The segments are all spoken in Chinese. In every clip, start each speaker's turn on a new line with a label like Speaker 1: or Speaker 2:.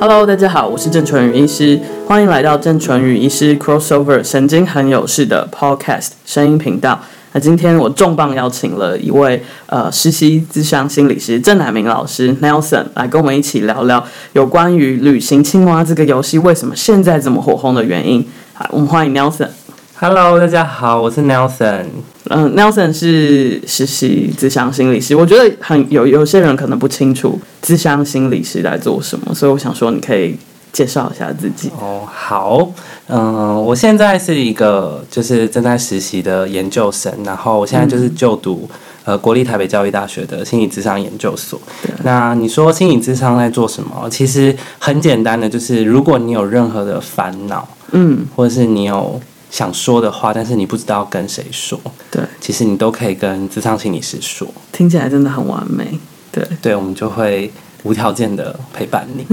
Speaker 1: Hello，大家好，我是郑纯宇医师，欢迎来到郑纯宇医师 Crossover 神经很有事的 Podcast 声音频道。那今天我重磅邀请了一位呃实习咨商心理师郑乃明老师 Nelson 来跟我们一起聊聊有关于旅行青蛙这个游戏为什么现在这么火红的原因。好，我们欢迎 Nelson。
Speaker 2: Hello，大家好，我是 Nelson。
Speaker 1: 嗯，Nelson 是实习咨商心理师，我觉得很有有些人可能不清楚咨商心理师来做什么，所以我想说你可以介绍一下自己。
Speaker 2: 哦，好，嗯、我现在是一个就是正在实习的研究生，然后我现在就是就读、呃国立台北教育大学的心理智商研究所。那你说心理智商在做什么？其实很简单的，就是如果你有任何的烦恼，
Speaker 1: 嗯，
Speaker 2: 或者是你有想说的话，但是你不知道跟谁说，
Speaker 1: 对，
Speaker 2: 其实你都可以跟智商心理师说，
Speaker 1: 听起来真的很完美， 对，
Speaker 2: 对我们就会无条件的陪伴你。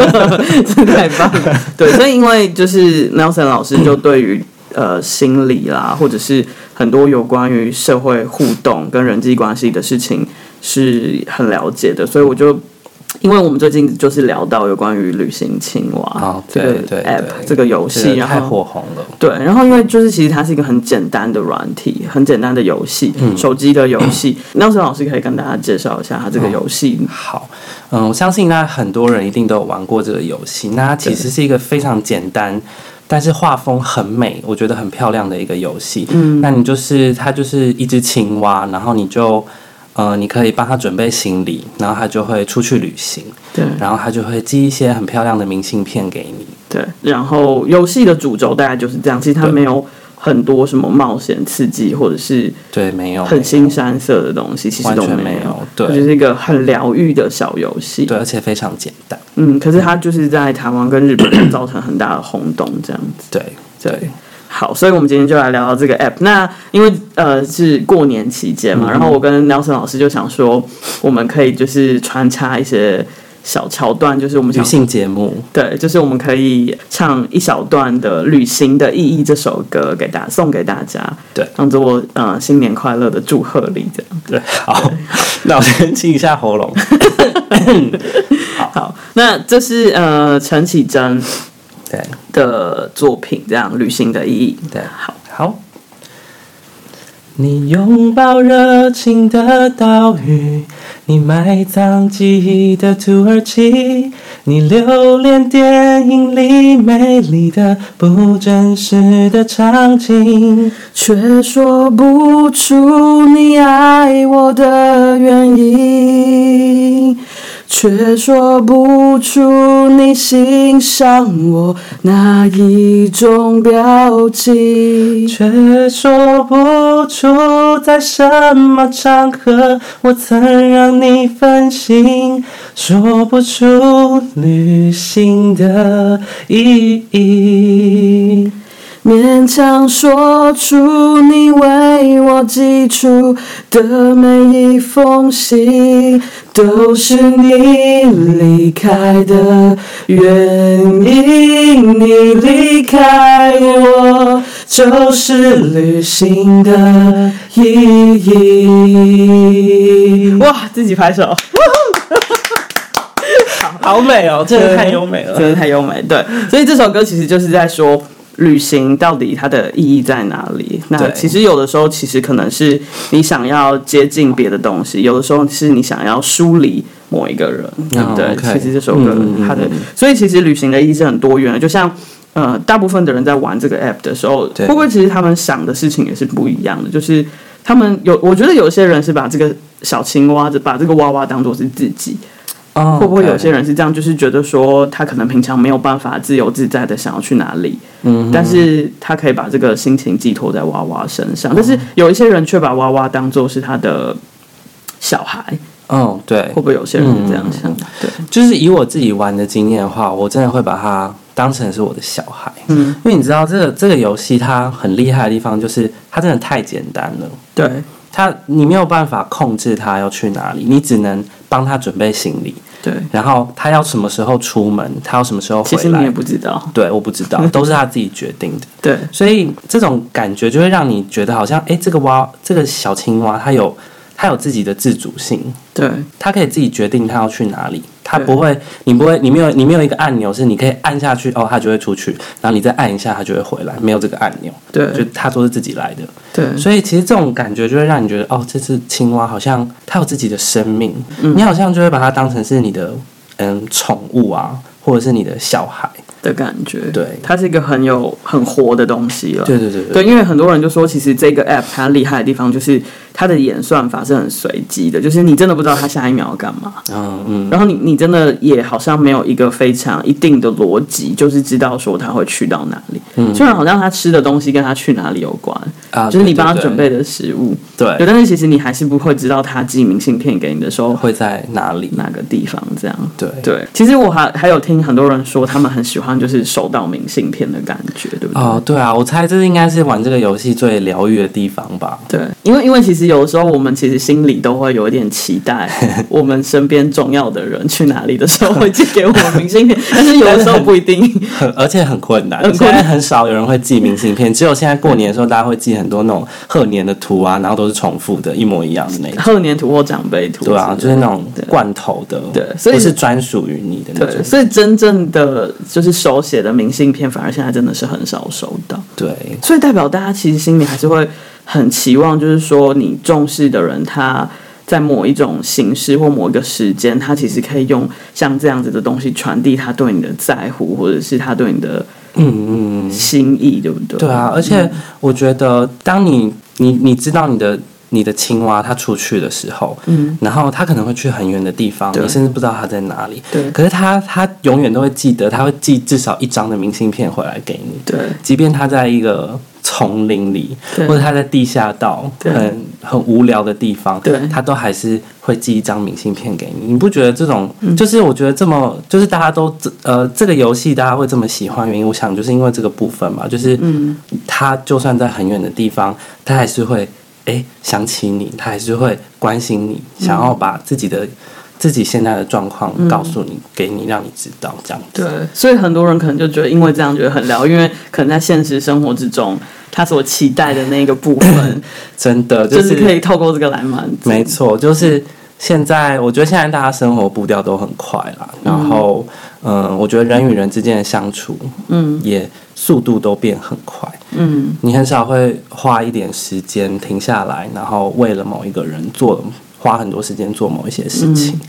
Speaker 1: 真的太棒了。对，所以因为就是 Nelson 老师就对于呃心理啦，或者是很多有关于社会互动跟人际关系的事情是很了解的，所以我就。因为我们最近就是聊到有关于旅行青蛙、
Speaker 2: 哦
Speaker 1: 这个
Speaker 2: 对对
Speaker 1: app
Speaker 2: 对
Speaker 1: 这个游戏，
Speaker 2: 这个
Speaker 1: 然
Speaker 2: 太
Speaker 1: 后
Speaker 2: 火红了。
Speaker 1: 对，然后因为就是其实它是一个很简单的软体，很简单的游戏，
Speaker 2: 嗯
Speaker 1: 手机的游戏。那时候老师可以跟大家介绍一下它这个游戏。
Speaker 2: 好，嗯，我相信那很多人一定都有玩过这个游戏。那它其实是一个非常简单，但是画风很美，我觉得很漂亮的一个游戏。嗯，那你就是它就是一只青蛙，然后你就。呃，你可以帮它准备行李，然后它就会出去旅行，
Speaker 1: 对
Speaker 2: 然后它就会寄一些很漂亮的明信片给你。
Speaker 1: 对，然后游戏的主轴大概就是这样，其实它没有很多什么冒险、刺激或者是
Speaker 2: 对，没有
Speaker 1: 很新山色的东西，其实
Speaker 2: 完
Speaker 1: 都
Speaker 2: 全
Speaker 1: 没
Speaker 2: 没有对
Speaker 1: 它就是一个很疗愈的小游戏。
Speaker 2: 对，而且非常简单。
Speaker 1: 嗯，可是它就是在台湾跟日本造成很大的轰动，这样子。
Speaker 2: 对对，
Speaker 1: 好，所以我们今天就来聊聊这个 app。那因为呃是过年期间
Speaker 2: 嗯
Speaker 1: 嘛，然后我跟 Nelson 老师就想说，我们可以就是穿插一些小桥段，就是我们
Speaker 2: 女
Speaker 1: 想
Speaker 2: 性节目
Speaker 1: 对，就是我们可以唱一小段的《旅行的意义》这首歌给大送给大家，
Speaker 2: 对
Speaker 1: 当做我呃新年快乐的祝贺礼这样。
Speaker 2: 对， 好，那我先清一下喉咙。
Speaker 1: 好，那这是呃陈绮贞
Speaker 2: 对
Speaker 1: 的作品，这样《旅行的意义》。
Speaker 2: 对，
Speaker 1: 好，
Speaker 2: 好。你拥抱热情的岛屿，你埋葬记忆的土耳其，你留恋电影里美丽的不真实的场景。
Speaker 1: 却说不出你爱我的原因，却说不出你欣赏我哪一种表情。
Speaker 2: 却说不出在什么场合我曾让你分心，说不出旅行的意义。
Speaker 1: 勉强说出你为我寄出的每一封信，都是你离开的原因。你离开我，就是旅行的意义。哇，自己拍手。
Speaker 2: 好美哦，真的太优美了。
Speaker 1: 真的太优美。对，所以这首歌其实就是在说旅行到底它的意义在哪里。那
Speaker 2: 对
Speaker 1: 其实有的时候，其实可能是你想要接近别的东西，有的时候是你想要疏离某一个人，对不对
Speaker 2: 哦 OK
Speaker 1: 其实这首歌
Speaker 2: 嗯嗯嗯
Speaker 1: 它的，
Speaker 2: 嗯
Speaker 1: 所以其实旅行的意义是很多元的，就像。呃，大部分的人在玩这个 app 的时候，会
Speaker 2: 对
Speaker 1: 不会其实他们想的事情也是不一样的？就是他们有，我觉得有些人是把这个小青蛙，把这个娃娃当做是自己，
Speaker 2: 哦
Speaker 1: 会不会有些
Speaker 2: 人？
Speaker 1: 人是这样，就是觉得说他可能平常没有办法自由自在的想要去哪里，
Speaker 2: 嗯
Speaker 1: 但是他可以把这个心情寄托在娃娃身上，但是有一些人却把娃娃当做是他的小孩，嗯
Speaker 2: 哦，对
Speaker 1: 会，不会有些人是这样想？对，
Speaker 2: 就是以我自己玩的经验的话，我真的会把它当成是我的小孩。
Speaker 1: 嗯，
Speaker 2: 因为你知道这个这个游戏它很厉害的地方，就是它真的太简单了。
Speaker 1: 对，
Speaker 2: 它你没有办法控制它要去哪里，你只能帮他准备行李，
Speaker 1: 对，
Speaker 2: 然后他要什么时候出门，他要什么时候
Speaker 1: 其
Speaker 2: 回
Speaker 1: 实你也
Speaker 2: 来。
Speaker 1: 不知道，
Speaker 2: 对，我不知道，都是他自己决定的。
Speaker 1: 对，
Speaker 2: 所以这种感觉就会让你觉得好像，哎，这个蛙，这个小青蛙，它有他有自己的自主性，
Speaker 1: 对，
Speaker 2: 他可以自己决定他要去哪里，他
Speaker 1: 对
Speaker 2: 不会，你不会，你没有，你没有一个按钮是你可以按下去，哦，他就会出去，然后你再按一下，他就会回来，没有这个按钮，就
Speaker 1: 对，
Speaker 2: 他都是自己来的。
Speaker 1: 对，
Speaker 2: 所以其实这种感觉就会让你觉得，哦，这只青蛙好像它有自己的生命，
Speaker 1: 嗯
Speaker 2: 你好像就会把它当成是你的嗯宠物啊，或者是你的小孩。
Speaker 1: 的感觉，
Speaker 2: 对
Speaker 1: 它是一个很有很活的东西了。
Speaker 2: 对对对对
Speaker 1: 对，因为很多人就说，其实这个 app 它厉害的地方就是它的演算法是很随机的，就是你真的不知道它下一秒要干嘛，
Speaker 2: 嗯嗯，
Speaker 1: 然后你你真的也好像没有一个非常一定的逻辑，就是知道说它会去到哪里。虽然好像它吃的东西跟它去哪里有关，
Speaker 2: 嗯啊，
Speaker 1: 就是你
Speaker 2: 对
Speaker 1: 帮它
Speaker 2: 对对
Speaker 1: 准备的食物，
Speaker 2: 对
Speaker 1: 对，但是其实你还是不会知道它寄明信片给你的时候
Speaker 2: 会在哪里？
Speaker 1: 哪个地方这样。
Speaker 2: 对
Speaker 1: 对，其实我还还有听很多人说，他们很喜欢就是收到明信片的感觉，对不对？
Speaker 2: 哦，对啊，我猜这应该是玩这个游戏最疗愈的地方吧。
Speaker 1: 对，因为因为其实有的时候我们其实心里都会有一点期待， 我们身边重要的人去哪里的时候会寄给我们明信片，但是有的时候不一定。
Speaker 2: 很而且很困难，
Speaker 1: 很困
Speaker 2: 现
Speaker 1: 难
Speaker 2: 在很少有人会寄明信片，只有现在过年的时候，大家会寄很多那种贺年的图啊，然后都是重复的，一模一样的那种。
Speaker 1: 贺年图或长辈图，
Speaker 2: 对啊，就是那种
Speaker 1: 对
Speaker 2: 罐头的，
Speaker 1: 对所以
Speaker 2: 不是专属于你的那
Speaker 1: 对，
Speaker 2: 种。
Speaker 1: 所以真正的就是手写的明信片，反而现在真的是很少收到，
Speaker 2: 对，
Speaker 1: 所以代表大家其实心里还是会很期望，就是说你重视的人他。在某一种形式或某一个时间，他其实可以用像这样子的东西传递他对你的在乎，或者是他对你的
Speaker 2: 嗯嗯，嗯
Speaker 1: 心意，对不对？
Speaker 2: 对啊，而且我觉得，当你你你知道你的你的青蛙它出去的时候，
Speaker 1: 嗯，
Speaker 2: 然后它可能会去很远的地方，
Speaker 1: 对
Speaker 2: 你甚至不知道它在哪里。
Speaker 1: 对
Speaker 2: 可是它它永远都会记得，它会寄至少一张的明信片回来给你。
Speaker 1: 对
Speaker 2: 即便他在一个丛林里，
Speaker 1: 对
Speaker 2: 或者他在地下道
Speaker 1: 对
Speaker 2: 很很无聊的地方，
Speaker 1: 对
Speaker 2: 他都还是会寄一张明信片给你。你不觉得这种、
Speaker 1: 嗯
Speaker 2: 就是我觉得这么就是大家都这呃这个游戏大家会这么喜欢，原因我想就是因为这个部分嘛，就是
Speaker 1: 嗯
Speaker 2: 他就算在很远的地方，他还是会哎、诶想起你，他还是会关心你，
Speaker 1: 嗯
Speaker 2: 想要把自己的。自己现在的状况告诉你，给你，让你知道这样子。
Speaker 1: 对，所以很多人可能就觉得，因为这样觉得很疗愈，因为可能在现实生活之中，他所期待的那个部分，
Speaker 2: 真的
Speaker 1: 就是是可以透过这个嗯来满足。
Speaker 2: 没错，就是现在，我觉得现在大家生活步调都很快啦，然后，嗯、我觉得人与人之间的相处，
Speaker 1: 嗯
Speaker 2: 也速度都变很快，
Speaker 1: 嗯，
Speaker 2: 你很少会花一点时间停下来，然后为了某一个人做花很多时间做某一些事
Speaker 1: 嗯
Speaker 2: 情。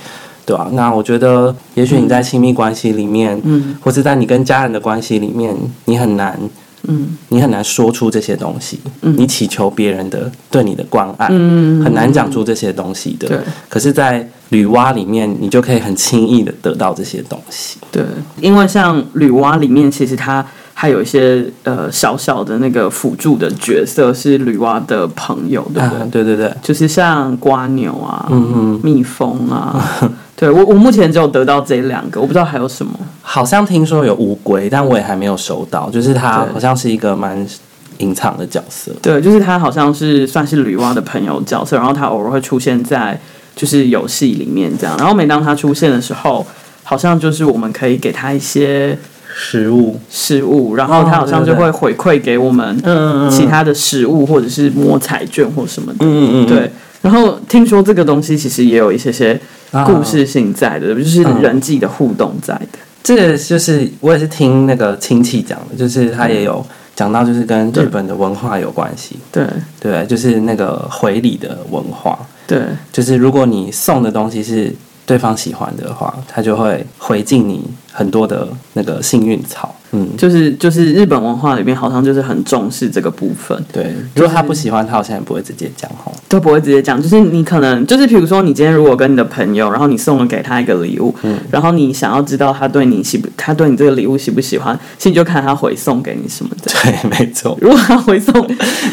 Speaker 2: 对啊，那我觉得，也许你在亲密关系里面，
Speaker 1: 嗯，
Speaker 2: 或是在你跟家人的关系里面，你很难，
Speaker 1: 嗯，
Speaker 2: 你很难说出这些东西，你祈求别人的对你的关爱，
Speaker 1: 嗯
Speaker 2: 很难讲出这些东西的。
Speaker 1: 对
Speaker 2: 可是，在女娲里面，你就可以很轻易的得到这些东西。
Speaker 1: 对，因为像女娲里面，其实它还有一些呃小小的那个辅助的角色是女娲的朋友，对不对？
Speaker 2: 啊对对对，
Speaker 1: 就是像瓜牛啊，
Speaker 2: 嗯嗯，嗯
Speaker 1: 蜜蜂啊， 对我我目前只有得到这两个，我不知道还有什么。
Speaker 2: 好像听说有乌龟，但我也还没有收到。就是它
Speaker 1: 对
Speaker 2: 好像是一个蛮隐藏的角色。
Speaker 1: 对，就是他好像是算是女娲的朋友角色，然后他偶尔会出现在就是游戏里面这样，然后每当他出现的时候，好像就是我们可以给他一些
Speaker 2: 食物，
Speaker 1: 食物，然后他好像就会回馈给我们
Speaker 2: 嗯
Speaker 1: 其他的食物或者是摸彩券或什么的，
Speaker 2: 嗯嗯嗯，
Speaker 1: 对。然后听说这个东西其实也有一些些
Speaker 2: 啊
Speaker 1: 故事性在的，就是
Speaker 2: 嗯
Speaker 1: 人际的互动在的。
Speaker 2: 这个就是我也是听那个亲戚讲的，就是他也有讲到，就是跟日本的文化有关系，
Speaker 1: 对
Speaker 2: 对，就是那个回礼的文化，
Speaker 1: 对
Speaker 2: 就是如果你送的东西是对方喜欢的话，他就会回敬你很多的那个幸运草，嗯，
Speaker 1: 就是就是日本文化里面好像就是很重视这个部分。
Speaker 2: 对，如果他不喜欢，他好像也不会直接讲吼，
Speaker 1: 都不会直接讲，就是你可能就是，比如说你今天如果跟你的朋友，然后你送了给他一个礼物，然后你想要知道他对你喜不，他对你这个礼物喜不喜欢，其实你就看他回送给你什么 的。
Speaker 2: 对，没错，
Speaker 1: 如果他回送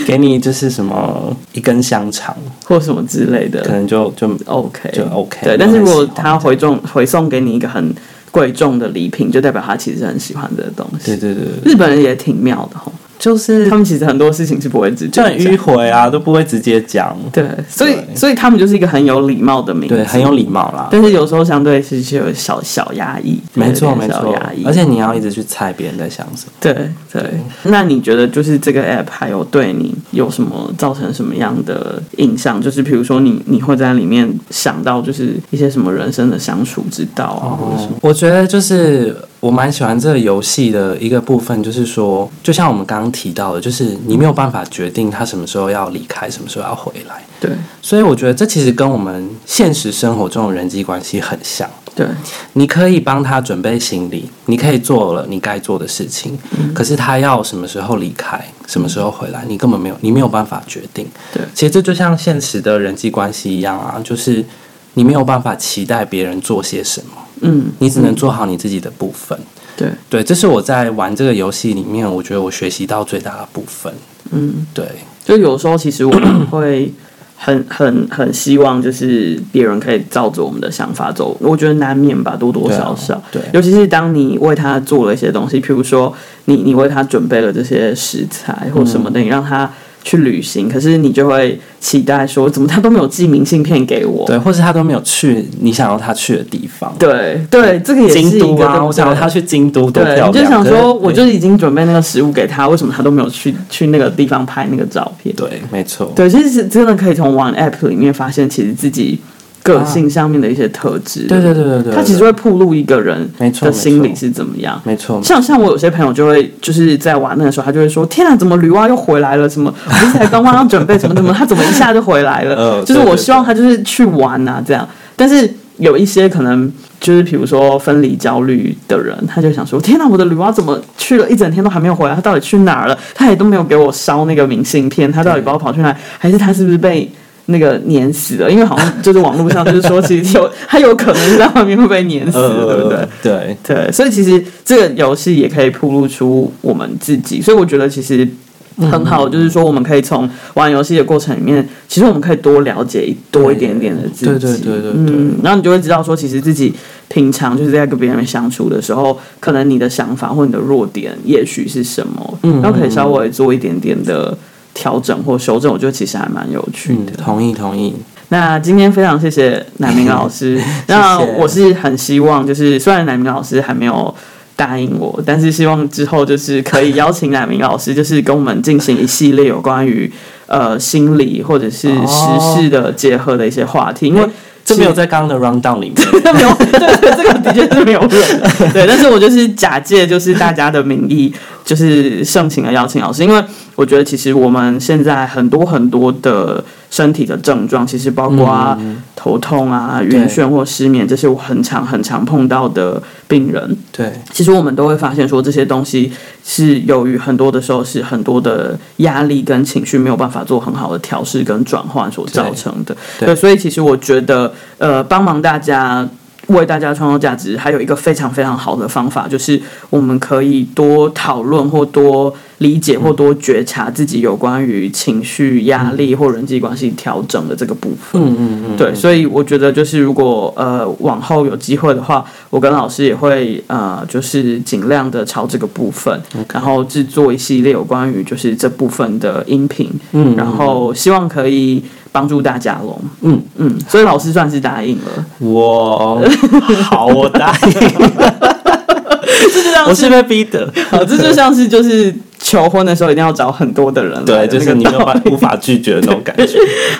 Speaker 2: 给你就是什么一根香肠，
Speaker 1: 或什么之类
Speaker 2: 可
Speaker 1: 的
Speaker 2: 能就就
Speaker 1: ，OK，
Speaker 2: 就 OK，
Speaker 1: 对，但是如果
Speaker 2: 没有很喜欢
Speaker 1: 他回送回送给你一个很贵重的礼品，就代表他其实很喜欢这个东西。
Speaker 2: 对对对对。
Speaker 1: 日本人也挺妙的吼，
Speaker 2: 就是
Speaker 1: 他们其实很多事情是不会直接
Speaker 2: 就
Speaker 1: 讲
Speaker 2: 很迂回啊，都不会直接讲，
Speaker 1: 对，所以
Speaker 2: 对
Speaker 1: 所以他们就是一个很有礼貌的名字，
Speaker 2: 对，很有礼貌啦。
Speaker 1: 但是有时候相对是是有小小压抑，
Speaker 2: 没错
Speaker 1: 有
Speaker 2: 没
Speaker 1: 点小
Speaker 2: 错
Speaker 1: 压抑，
Speaker 2: 而且你要一直去猜别人在想什么。
Speaker 1: 对对。那你觉得就是这个 app 还有对你有什么造成什么样的印象？就是比如说你你会在里面想到就是一些什么人生的相处之道啊，或者什么？
Speaker 2: 我觉得就是我蛮喜欢这个游戏的一个部分，就是说，就像我们刚刚提到的，就是你没有办法决定他什么时候要离开，什么时候要回来。
Speaker 1: 对
Speaker 2: 所以我觉得这其实跟我们现实生活中的人际关系很像。
Speaker 1: 对
Speaker 2: 你可以帮他准备行李，你可以做了你该做的事情，可是他要什么时候离开，什么时候回来，你根本没有，你没有办法决定。
Speaker 1: 对
Speaker 2: 其实这就像现实的人际关系一样啊，就是你没有办法期待别人做些什么，
Speaker 1: 嗯，
Speaker 2: 你只能做好你自己的部分。
Speaker 1: 对，
Speaker 2: 对，这是我在玩这个游戏里面，我觉得我学习到最大的部分。
Speaker 1: 嗯，
Speaker 2: 对，
Speaker 1: 就有时候其实我们会很 很很希望就是别人可以照着我们的想法走，我觉得难免吧，多多少少。
Speaker 2: 对啊对
Speaker 1: 尤其是当你为他做了一些东西，譬如说你你为他准备了这些食材或什么的，你让他。去旅行，可是你就会期待说，怎么他都没有寄明信片给我？
Speaker 2: 对，或是他都没有去你想要他去的地方。
Speaker 1: 对对，这个也是一个
Speaker 2: 京都
Speaker 1: 对不
Speaker 2: 啊，
Speaker 1: 对
Speaker 2: 我想要他去京都多
Speaker 1: 对，
Speaker 2: 漂亮。哎
Speaker 1: 你就想
Speaker 2: 可是
Speaker 1: 说，我
Speaker 2: 对
Speaker 1: 就已经准备那个食物给他，为什么他都没有去去那个地方拍那个照片？
Speaker 2: 对，没错。
Speaker 1: 对，其实真的可以从玩 App 里面发现，其实自己个性上面的一些特质。
Speaker 2: 啊对对对对对，
Speaker 1: 它其实会暴露一个人
Speaker 2: 没错
Speaker 1: 的心理
Speaker 2: 没错
Speaker 1: 是怎么样。
Speaker 2: 没错，
Speaker 1: 像像我有些朋友就会就是在玩那个时候，他就会说：“天啊，怎么驴蛙又回来了？什么我不是才刚帮他准备，怎么怎么他怎么一下就回来了？”
Speaker 2: 嗯
Speaker 1: 就是
Speaker 2: 对
Speaker 1: 我
Speaker 2: 对
Speaker 1: 希望他就是去玩呐、这样。但是有一些可能就是比如说分离焦虑的人，他就想说：“天啊哪，我的驴蛙怎么去了一整天都还没有回来？他到底去哪儿了？他也都没有给我烧那个明信片，他到底把我跑去哪里？还是他是不是被？”那个碾死了，因为好像就是网络上就是说，其实有他有可能是在外面会被碾死，对不对？
Speaker 2: 呃对
Speaker 1: 对，所以其实这个游戏也可以铺露出我们自己，所以我觉得其实
Speaker 2: 嗯
Speaker 1: 很好，就是说我们可以从玩游戏的过程里面，其实我们可以多了解多一点点的自己，
Speaker 2: 对对对对对
Speaker 1: 嗯，然后你就会知道说，其实自己平常就是在跟别人相处的时候，可能你的想法或你的弱点，也许是什么，嗯，然后可以稍微做一点点的调整或修正，我觉得其实还蛮有趣的。
Speaker 2: 嗯，同意同意，
Speaker 1: 那今天非常谢 谢乃明老师。那我是很希望，就是虽然乃明老师还没有答应我，但是希望之后就是可以邀请乃明老师，就是跟我们进行一系列有关于呃心理或者是时事的结合的一些话题，因为。
Speaker 2: 这没有在刚刚的 round down 里面。
Speaker 1: 这没有，对对，这个的确是没有人。对，但是我就是假借就是大家的名义，就是盛情的邀请老师，因为我觉得其实我们现在很多很多的身体的症状，其实包括、啊头痛啊、晕眩或失眠，这些我很常很常碰到的病人。
Speaker 2: 对，
Speaker 1: 其实我们都会发现说，这些东西是由于很多的时候是很多的压力跟情绪没有办法做很好的调试跟转换所造成的。
Speaker 2: 对
Speaker 1: 所以其实我觉得，呃，帮忙大家。为大家创造价值，还有一个非常非常好的方法，就是我们可以多讨论或多理解或多觉察自己有关于情绪、压力或人际关系调整的这个部分。
Speaker 2: 嗯嗯嗯，
Speaker 1: 对，所以我觉得就是如果呃往后有机会的话，我跟老师也会呃就是尽量的朝这个部分然后制作一系列有关于就是这部分的音频，
Speaker 2: 嗯
Speaker 1: 然后希望可以帮助大家喽。
Speaker 2: 嗯
Speaker 1: 嗯，所以老师算是答应了，
Speaker 2: 我好，我答 应，
Speaker 1: 这就像
Speaker 2: 我
Speaker 1: 是
Speaker 2: 是被逼的。
Speaker 1: 好这就像是就是求婚的时候一定要找很多的人来的
Speaker 2: 对，就
Speaker 1: 那
Speaker 2: 是
Speaker 1: 个
Speaker 2: 你没
Speaker 1: 道
Speaker 2: 有办
Speaker 1: 理
Speaker 2: 无法拒 绝的那种感觉。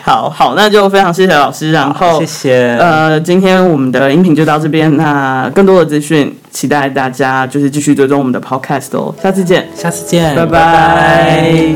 Speaker 1: 好好，那就非常谢谢老师，然后
Speaker 2: 好 谢谢，
Speaker 1: 呃，今天我们的音频就到这边。那更多的资讯，期待大家就是继续追踪我们的 podcast 哦。下次见，
Speaker 2: 下次见，
Speaker 1: 拜拜